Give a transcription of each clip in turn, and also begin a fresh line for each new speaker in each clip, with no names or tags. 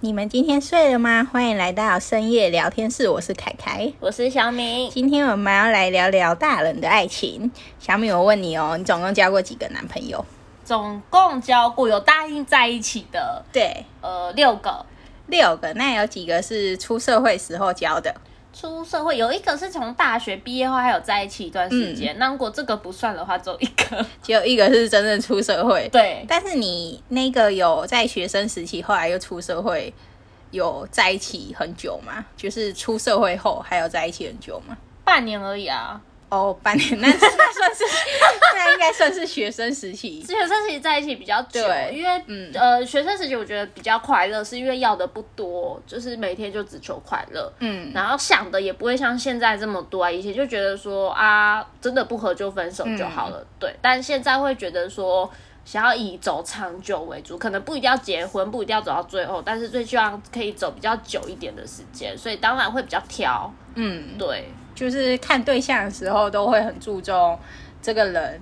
你们今天睡了吗？欢迎来到深夜聊天室，我是凯凯。
我是小敏，
今天我们要来聊聊大人的爱情。小米，我问你哦，你总共交过几个男朋友？
总共交过有答应在一起的，
对，
呃，六个。
六个。那有几个是出社会时候交的？
出社会有一个是从大学毕业后还有在一起一段
嗯
时间，那如果这个不算的话，只有一个。
只有一个是真正出社会。
对，
但是你那个有在学生时期，后来又出社会，有在一起很久吗？就是出社会后还有在一起很久吗？
半年而已啊。
哦，半年， 那那算是，那应该算是学生时期。
学生时期在一起比较久，
对
因为、
嗯
呃，学生时期我觉得比较快乐，是因为要的不多，就是每天就只求快乐。
嗯，
然后想的也不会像现在这么多啊，以前就觉得说啊，真的不合就分手就好了，
嗯
对。但现在会觉得说，想要以走长久为主，可能不一定要结婚，不一定要走到最后，但是最希望可以走比较久一点的时间，所以当然会比较挑，
嗯，
对
就是看对象的时候都会很注重这个人。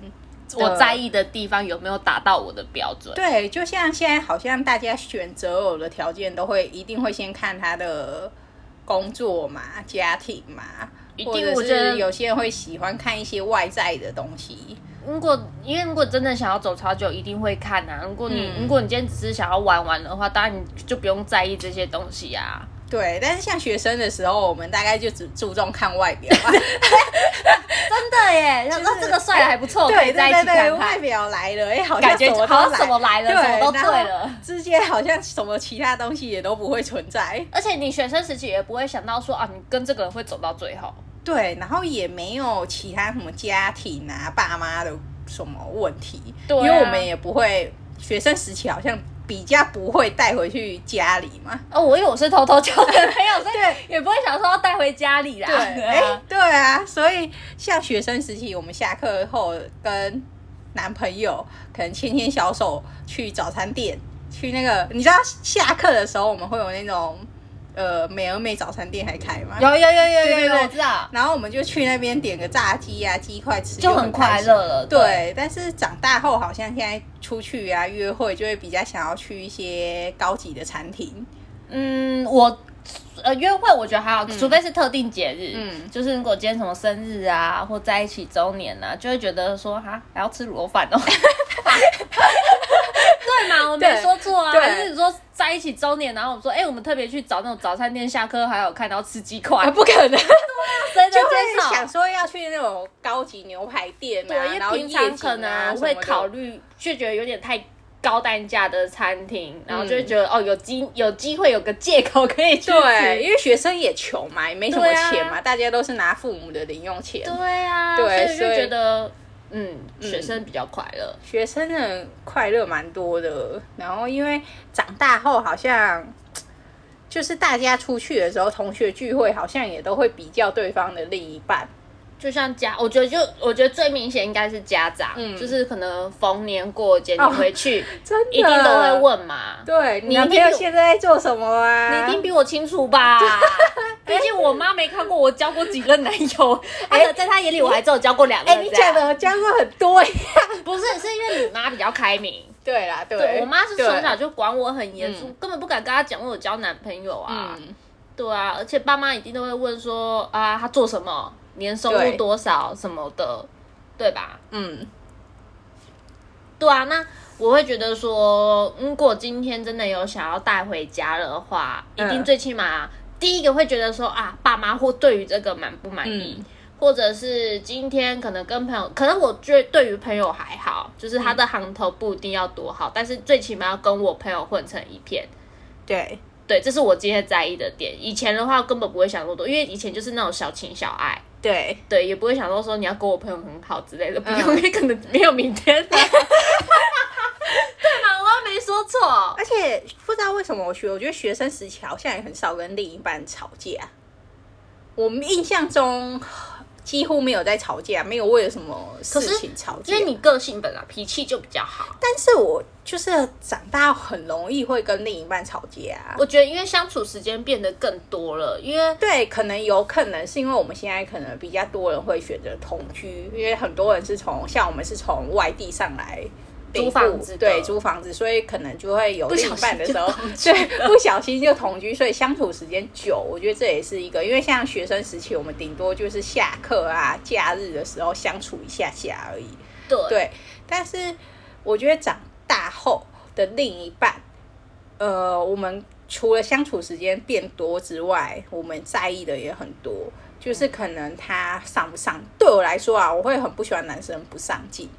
我在意的地方有没有达到我的标准。
对，就像现在好像大家选择偶的条件都会一定会先看他的工作嘛、家庭嘛，
一定
或者
我觉得
是有些人会喜欢看一些外在的东西。
如果因为如果真的想要走长久，一定会看啊。如果你、
嗯
如果你今天只是想要玩玩的话，当然你就不用在意这些东西啊。
对，但是像学生的时候，我们大概就只注重看外表 吧。
真的耶，想
就是
说这个帅的还不错，可
对
以
对
在一
对
起
对，
看
外
看。
表来了，哎、好像
感觉
什么都
好像什么来了
对，
什么都
然后
对了
之间好像什么其他东西也都不会存在。
而且你学生时期也不会想到说啊，你跟这个人会走到最后。
对，然后也没有其他什么家庭啊、爸妈的什么问题，
对啊
因为我们也不会学生时期好像比较不会带回去家里嘛。
哦，我有是偷偷交的朋友，所
对
以也不会想说要带回家里啦。
对， 哎、
啊
对啊，所以像学生时期，我们下课后跟男朋友可能牵牵小手去早餐店，去那个你知道下课的时候我们会有那种呃美而美早餐店还开吗？
有有有有
对
有
对
有，
对
我知道，
然后我们就去那边点个炸鸡啊、鸡块吃，
就
很
很快
开心
乐。了。
对，但是长大后好像现在出去啊约会，就会比较想要去一些高级的餐 厅。
嗯，我呃约会我觉得还好，除非是特定节日，
嗯
嗯，就是如果今天什么生日啊，或在一起周年啊，就会觉得说哈还要吃卤肉饭哦。 对嘛，我
对
没说错啊，
对
还是说在一起周年，然后我们说，哎、我们特别去找那种早餐店，下课还有看到吃鸡块
啊，，不可能，
谁
就
的最
会想
少？
说要去那种高级牛排店
对，
啊，
因
然后
为平
夜
常
景
可
啊
能会考
虑。
虑，就觉得有点太高单价的餐厅，然后就会觉得、哦，有机有机会有个借口可以去吃。
对，因为学生也穷嘛，也没什么
对啊
钱嘛，大家都是拿父母的零用钱。
对啊，
对
所以
所以
就觉得，嗯，学生比较快乐。
学生的快乐蛮多的，然后因为长大后好像就是大家出去的时候，同学聚会好像也都会比较对方的另一半。
就像家，我觉得就我觉得最明显应该是家长，
嗯
就是可能逢年过节你
哦
回去，
真的
一定都会。问嘛，
对，你
你
男
一
朋
定
友
有
现在在做什么
你
啊？
一定比我清楚 吧？毕竟我妈没看过我交过几任男 友，她可能哎在她眼里我还只有交过两个
哎、
呃这样。
你讲的我教过很多耶。
不是，是因为你妈比较开明。
对啦，对，
对我嗯妈是从小
对
就管我很严肃，根本不敢跟她讲我有交男朋友啊。
嗯，
对啊，而且爸妈一定都会问说啊，他做什么，年收
对
入多少什么的，对吧？
嗯，
对啊，那我会觉得说，如果今天真的有想要带回家的话，一
嗯
定最起码、第一个会觉得说啊，爸妈或对于这个满不满意。
嗯
或者是今天可能跟朋友，可能我觉得对于朋友还好，就是
嗯
他的行头不一定要多好，但是最起码要跟我朋友混成一片，
对，
对，这是我今天在意的点。以前的话根本不会想那么多，因为以前就是那种小情小爱，
对，
对，也不会想到说你要跟我朋友很好之类的，不
嗯
用，因为可能没有明天。 对吗？我又没说错。
而且不知道为什么我学，我觉得学生时期好像也很少跟另一半吵架。我们印象中几乎没有在吵架，没有为了什么事情吵架。
因为你个性本来脾气就比较好，
但是我就是长大很容易会跟另一半吵架啊、
我觉得因为相处时间变得更多了，因为
对，可能有可能是因为我们现在可能比较多人会选择同居，因为很多人是从像我们是从外地上来顶
租
部
房子的
对租房子，所以可能就会有
不
另
小
一半
心
的
就
时候
同，居
对，不小心就同居，所以相处时间久，我觉得这也是一个，因为像学生时期，我们顶多就是下课啊、假日的时候相处一下下而已。
对
对，但是我觉得长大后的另一半，呃，我们除了相处时间变多之外，我们在意的也很多。就是
嗯
可能他上不上，对我来说啊，我会很不喜欢男生不上进。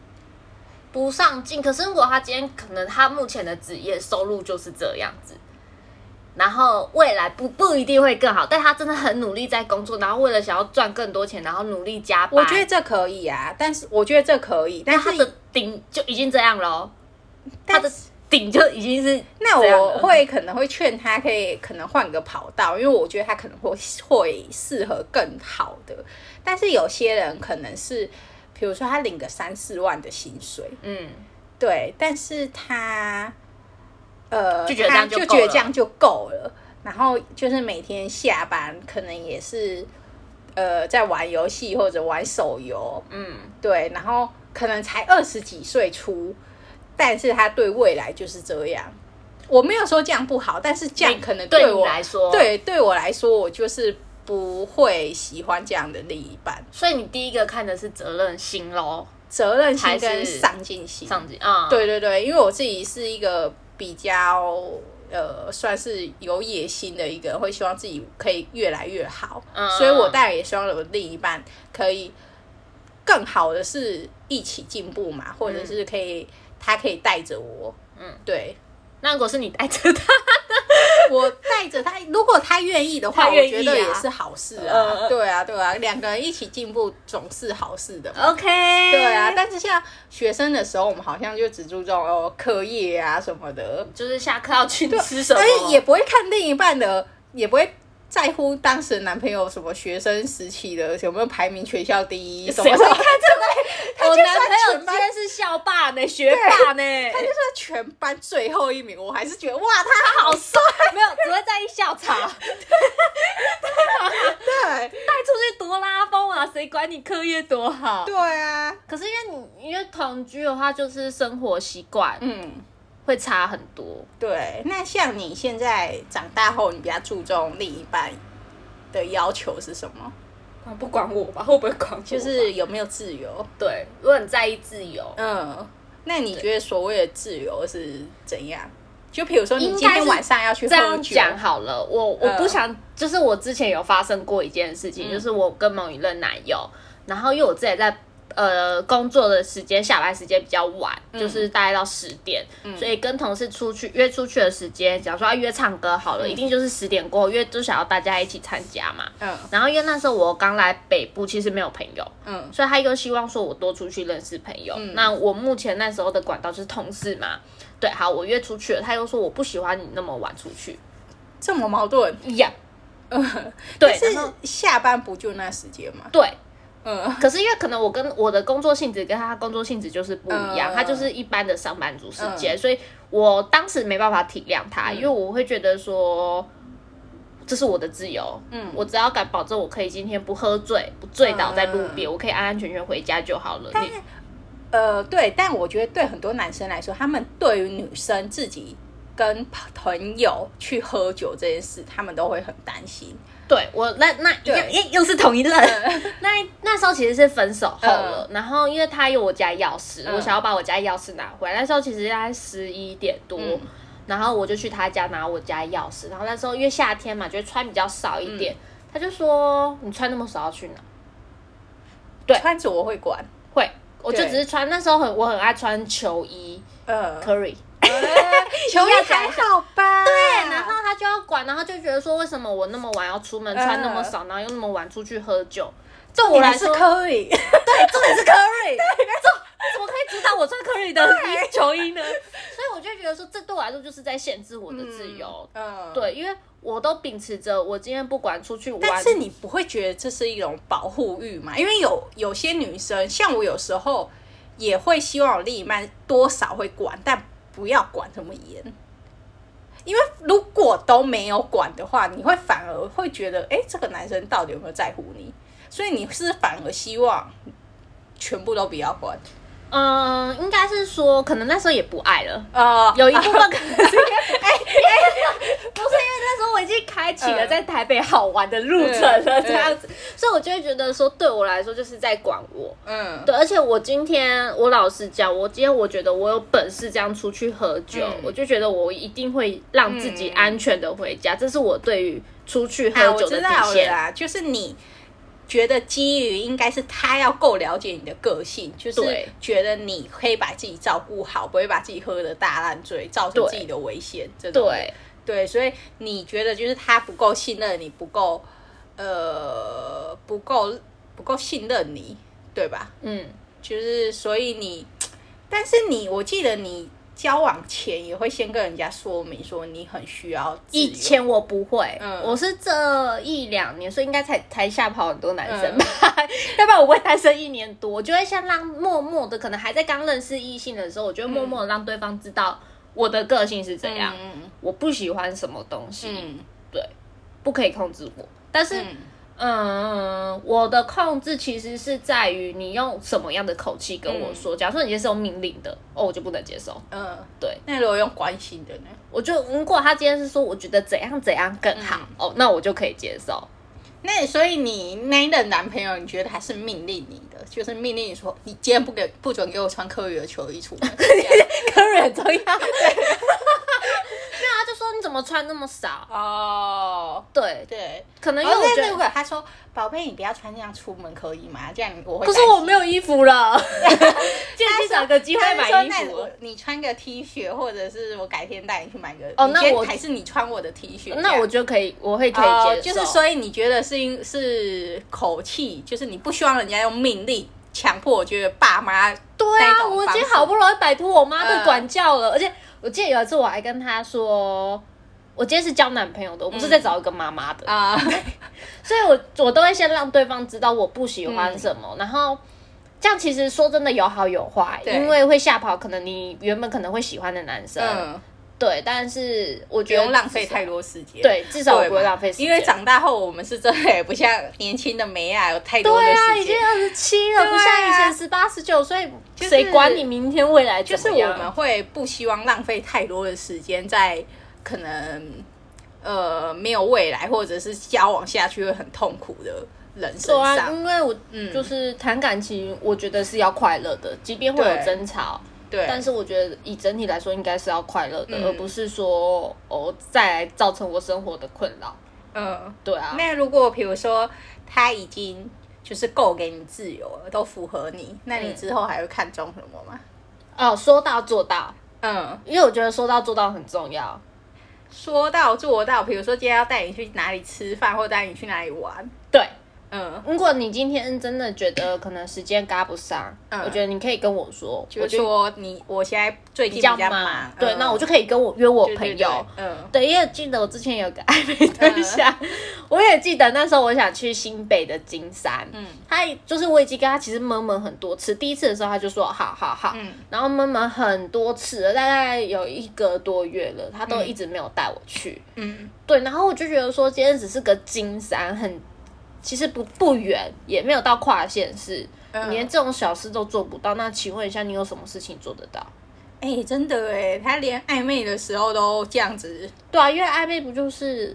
不上进。可是如果他今天可能他目前的职业收入就是这样子，然后未来不不一定会更好，但他真的很努力在工作，然后为了想要赚更多钱，然后努力加班。
我觉得这可以啊，但是我觉得这可以，但
那
是
他的顶就已经这样喽，
但
他的顶就已经是
那
这样了
我会可能会劝他可以可能换个跑道，因为我觉得他可能会会适合更好的。但是有些人可能是，比如说他领个三四万的薪水，
嗯，
对，但是他呃，
就觉得这样
他
就
就
够
觉得
了
这样就够了。然后就是每天下班可能也是呃在玩游戏或者玩手游，
嗯，
对，然后可能才二十几岁出，但是他对未来就是这样。我没有说这样不好，但是这样可能
对你
我
来说，，
对对我来说，我就是不会喜欢这样的另一半，
所以你第一个看的是责任心喽，
责任心
还是
跟上进心。
上级啊，嗯，
对对对，因为我自己是一个比较呃，算是有野心的一个人，会希望自己可以越来越好，
嗯
所以我当然也希望我的另一半可以更好的是一起进步嘛，或者是可以、他可以带着我，
嗯，
对
那如果是你哎带着他，
我带着他，如果他愿意的话，
他
我
愿意
觉得也
啊
是好事
嗯
啊，
嗯
对啊对啊，两个人一起进步总是好事的嘛。
OK，
对啊，但是像学生的时候，我们好像就只注重哦课业啊什么的，
就是下课要去吃什么，
但哎是也不会看另一半的，也不会在乎当时男朋友什么学生时期的有没有排名全校第一什
谁
么
会
什么，
看这个？
他
我
就
男朋
算
友
全
今
班，
天是校霸呢，学霸呢，
他就算全班最后一名，我还是觉得哇，
他 好帅，没有只会在意校 草，带
他对
出去多拉风啊，谁管你课业多好？
对啊，
可是因为你因为同居的话，就是生活习惯
嗯，
会差很多。
对。那像你现在长大后，你比较注重另一半的要求是什么？
管啊不管我吧？会不会管我吧？
就是有没有自由？
对，我很在意自由。
嗯，那你觉得所谓的自由是怎样？就比如说，你
应
今
该
天
是
晚上要去
这
喝
样
酒，
讲好了，我我
嗯
不想，就是我之前有发生过一件事情，就是我跟某一任男友，然后因为我自己在呃工作的时间下班时间比较晚，就是大概到十点，所以跟同事出去约出去的时间，假如说要啊约唱歌好了，一定就是十点过后，因为就想要大家一起参加嘛。
嗯
然后因为那时候我刚来北部，其实没有朋友，
嗯
所以他又希望说我多出去认识朋友。那我目前那时候的管道就是同事嘛，对，好，我约出去了，他又说我不喜欢你那么晚出去，
这么矛盾。
一样，
嗯，
对，
但
然
是
后
下班不就那时间吗？
对，
嗯
可是因为可能我跟我的工作性质跟他工作性质就是不一样，
嗯
他就是一般的上班族时间，所以我当时没办法体谅他，因为我会觉得说。这是我的自由，
嗯
我只要敢保证我可以今天不喝醉、不醉倒在路边，
嗯
我可以安安全全回家就好了。
但
你
是呃，对，但我觉得对很多男生来说，他们对于女生自己跟朋友去喝酒这件事，他们都会很担心。
对我那那一
对
样又又是同一任， 那那时候其实是分手后了，然后因为他有我家钥匙，
嗯
我想要把我家钥匙拿回来，那时候其实大概十一点多。
嗯
然后我就去他家拿我家钥匙，然后那时候因为夏天嘛，觉得穿比较少一点，他就说你穿那么少要去哪？对
穿着我会管，
会，我就
对
只是穿那时候很我很爱穿球衣
呃，
，Curry，
球衣还好吧？对
对，然后他就要管，然后就觉得说为什么我那么晚要出门，穿那么少，然后又那么晚出去喝酒，对我
你
来
还是
说
可以，
重点是 Curry，怎么怎么可以指导我穿 Curry 的衣球衣呢？ 所以我就觉得说，这对我来说就是在限制我的自由。
嗯，。
对，因为我都秉持着我今天不管出去玩，
但是你不会觉得这是一种保护欲嘛？因为有有些女生，像我有时候也会希望我另一半多少会管，但不要管这么严。因为如果都没有管的话，你会反而会觉得，哎、这个男生到底有没有在乎你？所以你是反而希望全部都不要管。
嗯，应该是说，可能那时候也不爱了。
呃，
有一部分
啊
可能是因为，哎、不是因为那时候我已经开启了
嗯
在台北好玩的路程了，这样子，所以我就会觉得说，对我来说就是在管我。
嗯，
对，而且我今天我老实讲，我今天我觉得我有本事这样出去喝酒，
嗯
我就觉得我一定会让自己安全的回家，这是我对于出去喝
啊，我
酒
知
的
道
底
了
线。
啦，就是你觉得基于应该是他要够了解你的个性，就是
对
觉得你可以把自己照顾好，不会把自己喝的大烂醉，造成
对
自己的危险。这种
对，
对，所以你觉得就是他不够信任你，不够呃不够不够信任你，对吧？
嗯，
就是所以你，但是你我记得你交往前也会先跟人家说明说你很需要自由
以前我不会，
嗯
我是这一两年，所以应该才才吓跑很多男
嗯
生吧， 要不然我会单身一年多，我就会先让默默的，可能还在刚认识异性的时候，我就会默默的让对方知道我的个性是怎样，
嗯
我不喜欢什么东西，
嗯
不可以控制我。但是，
嗯
嗯，我的控制其实是在于你用什么样的口气跟我说。假如说你是用命令的，哦，我就不能接受。
嗯，
对，
那如果用关心的呢？
我就如果他今天是说我觉得怎样怎样更好，
嗯
哦，那我就可以接 受。
那所以你那一任男朋友，你觉得他是命令你的，就是命令你说你今天不给不准给我穿科宇的球衣出 门，这样
科瑞很重要。对，没有，他就说你怎么穿那么少？
哦，
对，
对，
可能因为
哦
我
那
觉
如
得，
果他说宝贝，你不要穿这样出门可以吗？这样我会
可是
担心
我没有衣 服了， 今天去找个机会
他
买
是
衣
说那
服啊
我。你穿个 T 恤，或者是我改天带你去买个
哦
你
那
今天
我
还是你穿我的 T 恤，
那我
这样
就可以，我会可
哦
以接
就
受。
是所以你觉得是因是口气，就是你不希望人家用命令强迫，我觉得爸妈
对
那
啊，
种
我已
方
经
式
好不容易摆脱我妈
嗯
的管教了，而且我记得有一次我还跟她说，我今天是交男朋友的，我不是在找一个妈妈的，
啊，
所以我我都会先让对方知道我不喜欢什么，然后。这样其实说真的有好有坏，
嗯对
因为会吓跑可能你原本可能会喜欢的男生，
嗯，
对，但是
不
我觉得
用浪费太
多，
多时间，
对，至少我
对
不会
嘛
浪费时间，
因为长大后我们是真的也不像年轻的梅啊，有太多的
对啊，
时
已经
间。
二十七了，
对啊
不像以前十八十九岁，
就是
谁管你明天未来
就
怎
是
么
我
样？
们会不希望浪费太多的时间在可能呃没有未来，或者是交往下去会很痛苦的人身
对啊，
上。
因为我
嗯
就是谈感情，我觉得是要快乐的，即便会有争吵，
对，
但是我觉得以整体来说应该是要快乐的，
嗯
而不是说哦再来造成我生活的困扰。
嗯，
对啊，
那如果比如说他已经就是够给你自由了，都符合你，那
嗯
你之后还会看中什么吗？
哦，说到做到，
嗯，
因为我觉得说到做到很重要。
说到做到，比如说今天要带你去哪里吃饭，或带你去哪里玩，
对，
嗯，
如果你今天真的觉得可能时间搭不上，
嗯
我觉得你可以跟我说，
就
我
是
就
说你我现在最近
比
比较
较
忙，
忙，对，
嗯
那我就可以跟我约我
对
朋
对
友。
对嗯
对，因为记得我之前有个 暧昧对象，我也记得那时候我想去新北的金山，嗯，他就是我已经跟他其实闷闷很多次，第一次的时候他就说好好好，
嗯
然后闷闷很多次了，大概有一个多月了，他都一直没有带我去，
嗯
对，然后我就觉得说今天只是个金山，很其实不不远，也没有到跨县市，
嗯
你连这种小事都做不到，那请问一下你有什么事情做得到？
哎、真的哎，他连暧昧的时候都这样子，
对啊，因为暧昧不就是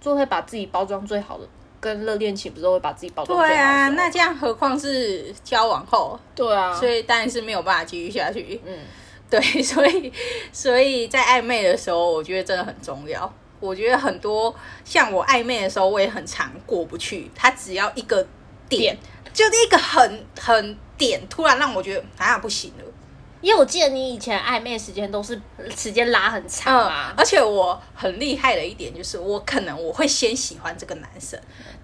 就会把自己包装最好的，跟热恋期不是都会把自己包装最好
对
的时候
啊，那这样何况是交往后，
对啊，
所以当然是没有办法继续下去。
嗯，
对，所以所以在暧昧的时候，我觉得真的很重要。我觉得很多像我暧昧的时候，我也很常过不去。他只要一个点，
点
就是一个很很点，突然让我觉得啊不行了。
因为我记得你以前暧昧时间都是时间拉很长
嗯
啊，，
而且我很厉害的一点就是，我可能我会先喜欢这个男生，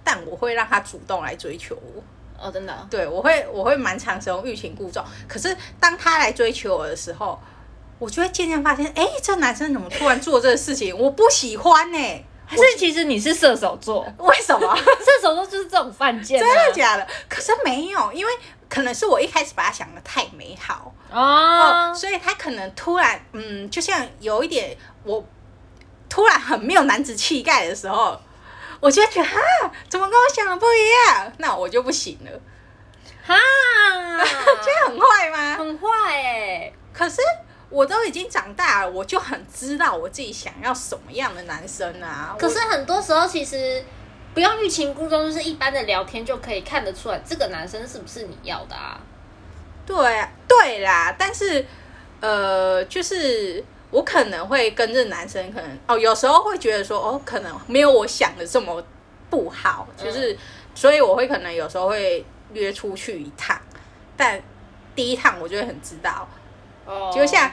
但我会让他主动来追求我。
哦，真的，
对，我会我会蛮常使用欲擒故纵。可是当他来追求我的时候，我就会渐渐发现，哎，这男生怎么突然做这个事情？我不喜欢呢、
还是其实你是射手座，
为什么？
射手座就是这种犯贱、啊，
真的假的？可是没有，因为可能是我一开始把他想的太美好，
哦
哦，，所以他可能突然，嗯，就像有一点我突然很没有男子气概的时
嗯
候，我就会觉得啊，怎么跟我想的不一样？那我就不行了。
哈，
这样很坏吗？
很坏哎、
可是我都已经长大了，我就很知道我自己想要什么样的男生啊。
可是很多时候其实不用欲擒故纵，就是一般的聊天就可以看得出来这个男生是不是你要的啊。
我对啊对啦，但是呃，就是我可能会跟这男生可能哦，有时候会觉得说哦，可能没有我想的这么不好，就是、
嗯
所以我会可能有时候会约出去一趟，但第一趟我就会很知道，
哦
就像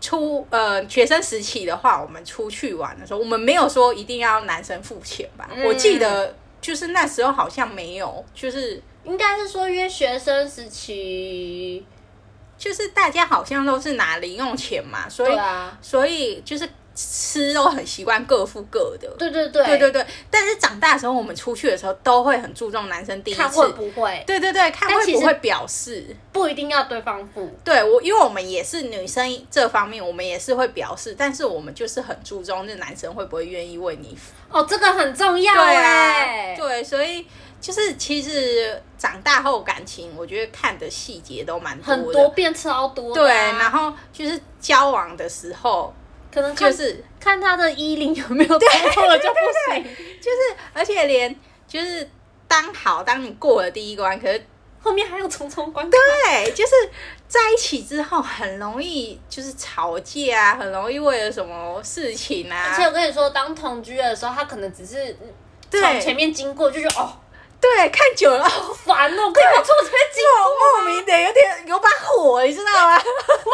出呃学生时期的话，我们出去玩的时候，我们没有说一定要男生付钱吧？
嗯
我记得就是那时候好像没有，就是
应该是说约学生时期，
就是大家好像都是拿零用钱嘛，所以、
对啊，
所以就是吃都很习惯各付各的。
对对对
对对对但是长大的时候，我们出去的时候都会很注重男生第一
看会
次，
不会，
对对对，看
但
会
其
不
实
会表示。
不一定要对方付。
对我，因为我们也是女生这方面，我们也是会表示，但是我们就是很注重这男生会不会愿意为你
哦，这个很重要
对
哎、
啊，对，所以就是其实长大后感情，我觉得看的细节都蛮多的。
很多变超多的
对，
啊、
然后就是交往的时候，
可能看、
就是
看他的衣领有没有穿错了就不行，
就是，而且连就是当好，当你过了第一关，可是
后面还有重重关卡。
对，就是在一起之后很容易就是吵架啊，很容易为了什么事情
而且我
啊，
跟你说，当同居的时候，他可能只是嗯
对
从前面经过，就觉得哦，
对，看久了。哦
好烦哦，干嘛从这边经
莫名的有点有把火，你知道 吗？
过？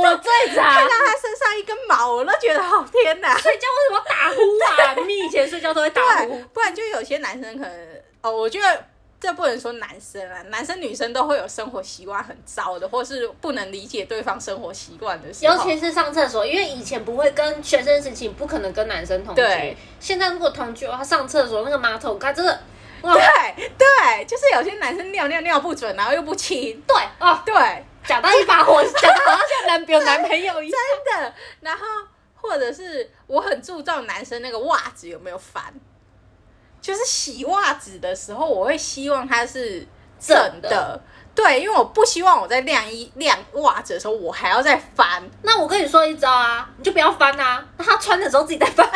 我 啊 我最
看
惨
到。他身上一根毛，我都觉得好天哪！
睡觉为什么要打呼啊？你以前睡觉都会打
不
呼
然，不然就有些男生可能哦，我觉得这不能说男生啊，男生女生都会有生活习惯很糟的，或是不能理解对方生活习惯的时
尤
候。
其是上厕所，因为以前不会跟学生时期不可能跟男生同居
对，
现在如果同居的话，上厕所那个马桶盖真的 哇，
对对，就是有些男生尿尿尿不准，然后又不亲，
对哦，
对，
讲到一把火，讲到好像男朋友男朋友一样，
真的。然后或者是我很注重男生那个袜子有没有翻，就是洗袜子的时候，我会希望它是正
正的
的对，因为我不希望我在晾衣晾袜子的时候，我还要再翻。
那我跟你说一招啊，你就不要翻啊，那他穿的时候自己再翻。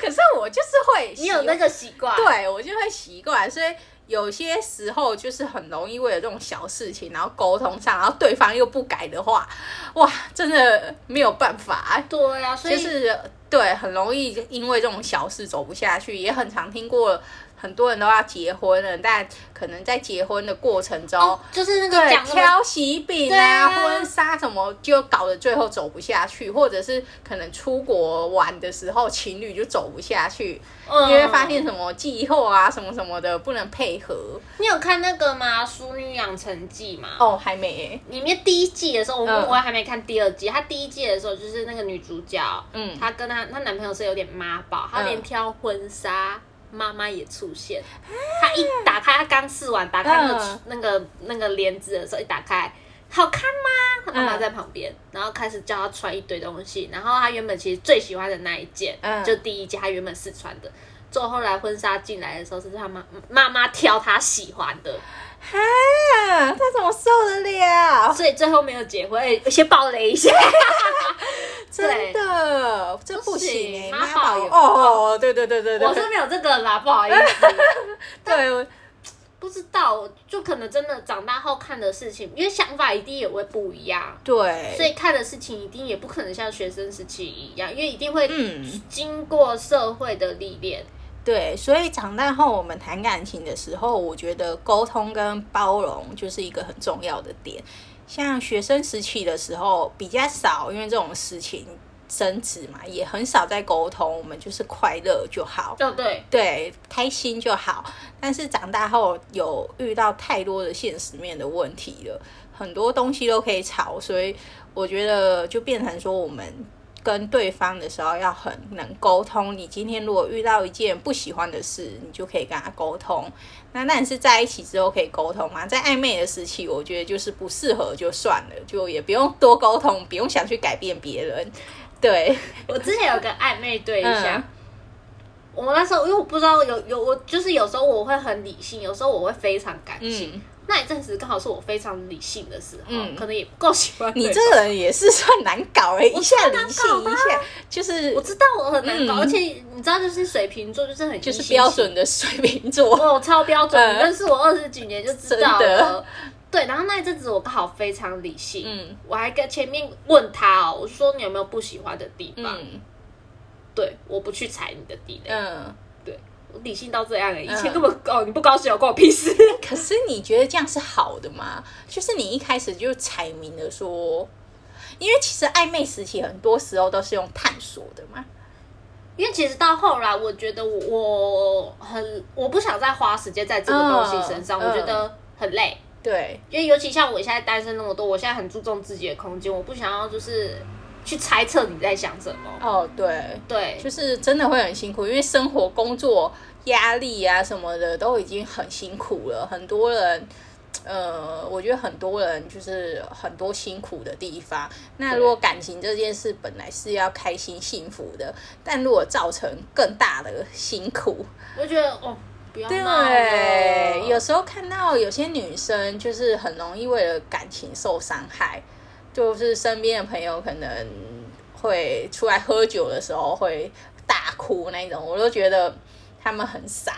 可是我就是会，
你有那个习 惯，，
对我就会习惯，所以有些时候就是很容易为了这种小事情，然后沟通上，然后对方又不改的话，哇，真的没有办法，
对啊，所以、
就是对，很容易因为这种小事走不下去，也很常听过。很多人都要结婚了，但可能在结婚的过程中，
哦，就是那个
对
讲那个
挑喜饼
对
啊、
啊
婚纱什么，就搞得最后走不下去，或者是可能出国玩的时候，情侣就走不下去，
嗯
因为发现什么计划啊、什么什么的不能配合。
你有看那个吗？《淑女养成记》吗？
哦，还没耶、
里面第一季的时候，我、
嗯
我还没看第二季。她第一季的时候，就是那个女主角，
嗯
她跟她她男朋友是有点妈宝，
嗯
她
啊
连挑婚纱，妈妈也出现。她一打开，她刚试完，打开那个、
嗯
那个那个帘子的时候，一打开，好看吗？她妈妈
嗯
在旁边，然后开始叫她穿一堆东西。然后她原本其实最喜欢的那一件，
嗯
就第一件她原本试穿的。最后来婚纱进来的时候，是她妈妈妈挑她喜欢的，
啊，他怎么受得了？
所以最后没有结婚。哎先爆雷一下。
真的，这
不
不行欸
行
耶、
妈
妈
宝
宝有哦，对对对对对，
我是没有这个啦，不好意思，
对我
不知道，就可能真的长大后看的事情，因为想法一定也会不一样，
对，
所以看的事情一定也不可能像学生时期一样，因为一定会
嗯。
经过社会的历练。
对，所以长大后我们谈感情的时候，我觉得沟通跟包容就是一个很重要的点。像学生时期的时候比较少，因为这种事情争执嘛，也很少在沟通，我们就是快乐就好，
哦， 对，
对，开心就好。但是长大后有遇到太多的现实面的问题了，很多东西都可以吵，所以我觉得就变成说我们。跟对方的时候要很能沟通。你今天如果遇到一件不喜欢的事，你就可以跟他沟通。那那你是在一起之后可以沟通吗？在暧昧的时期，我觉得就是不适合就算了，就也不用多沟通，不用想去改变别人。对，
我之前有个暧昧对象，
嗯
我那时候因为我不知道有有我就是有时候我会很理性，有时候我会非常感性。
嗯，
那一阵子刚好是我非常理性的时候，
嗯
可能也不够喜欢
你
对
这
方
个人也是算难搞哎、一下理性
超难搞，的
一
啊
下就是
我知道我很难搞，
嗯
而且你知道，就是水瓶座就是很
就是
一心
标
情
准的水瓶座，
哦，超标准，
嗯
你认识我二十几年就知道
真
了
的。
对，然后那一阵子我刚好非常理性，
嗯
我还跟前面问他哦，我说你有没有不喜欢的地方？
嗯
对，我不去踩你的地雷，
嗯。
我理性到这样了。以
嗯
前根本、哦，你不高兴哦，关我屁事。
可是你觉得这样是好的吗？就是你一开始就阐明了说，因为其实暧昧时期很多时候都是用探索的嘛，
因为其实到后来，我觉得我我很我不想再花时间在这个东西身上，
嗯
我觉得很累。
对，
因为尤其像我现在单身那么多，我现在很注重自己的空间，我不想要就是去猜测你在想什么。
哦对，
对，
就是真的会很辛苦，因为生活、工作压力啊什么的都已经很辛苦了。很多人，呃，我觉得很多人就是很多辛苦的地方。那
对
如果感情这件事本来是要开心幸福的，但如果造成更大的辛苦，
我就觉得哦，不要闹
对，
了。
有时候看到有些女生就是很容易为了感情受伤害，就是身边的朋友可能会出来喝酒的时候会大哭那一种，我都觉得他们很傻。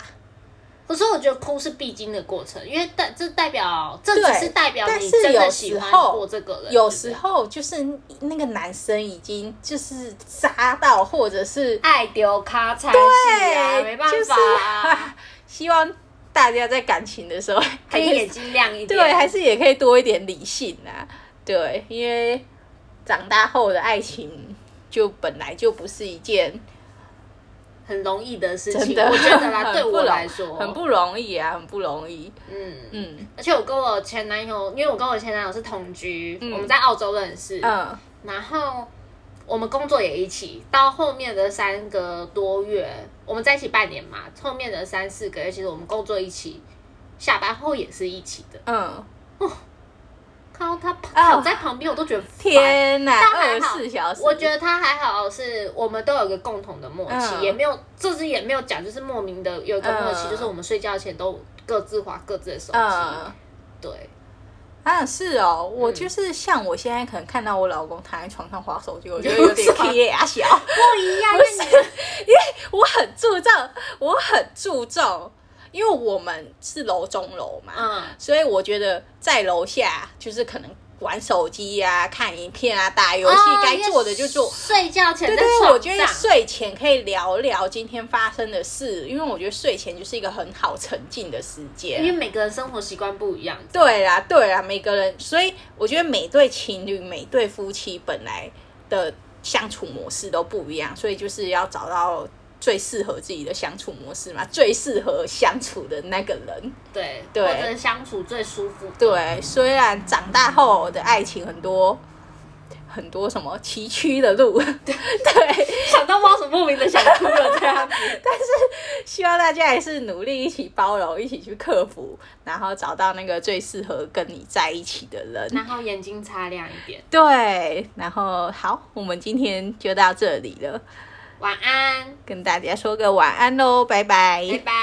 可是我觉得哭是必经的过程，因为代这代表这
对
只是代表
但
你
是
真的
有
喜
时
欢
候
过这个人，
有
对不
时
对
候就是那个男生已经就是渣到，或者是
爱丢咔嚓戏啊，
对，
没办
哎就是
法、啊，
希望大家在感情的时候
可
还
以
可以
眼睛亮一点，
对，还是也可以多一点理性啊。对，因为长大后的爱情就本来就不是一件
很容易的事
真
情。
的，
我觉得 啦，
很
对
不
我
容
来说，
很不容易啊，很不容易。
嗯。
嗯
而且我跟我前男友，因为我跟我前男友是同居，
嗯
我们在澳洲认识，
嗯
然后我们工作也一起，到后面的三个多月，我们在一起半年嘛，后面的三四个月，其实我们工作一起，下班后也是一起的。
嗯，
看到他
啊
躺在旁边，我都觉得烦。
天哪，
但
二
还
十
好
四小时，
我觉得他还好，是我们都有个共同的默契，
嗯
也没有，这次也没有讲，就是莫名的有一个默契，
嗯
就是我们睡觉前都各自划各自的手机。
嗯。
对，
啊，是哦，我就是像我现在可能看到我老公躺在床上划手机，我觉得有 点 K 啊小，
不一样，
不
因为
是
你们
我很注重，我很注重，因为我们是楼中楼嘛，
嗯，
所以我觉得在楼下就是可能玩手机呀、看影片啊、打游戏，
哦
该
因为
做的就做。
睡觉前
对
在
对，我觉
床
得
上。
睡前可以聊聊今天发生的事，因为我觉得睡前就是一个很好沉浸的时
因为
间。啊
每个人生活习惯不一样，
对啦，对啦，每个人，所以我觉得每对情侣、每对夫妻本来的相处模式都不一样，所以就是要找到最适合自己的相处模式嘛，最适合相处的那个人。
对，
对
或者相处最舒服。，
对，虽然长大后的爱情很多很多什么崎岖的路， 对，
想到猫什么莫名的想哭了这样子。
希望大家还是努力一起包容，一起去克服，然后找到那个最适合跟你在一起的人。
然后眼睛擦亮一点，
对，然后好，我们今天就到这里了，
晚安，
跟大家说个晚安喽，拜拜。
拜拜。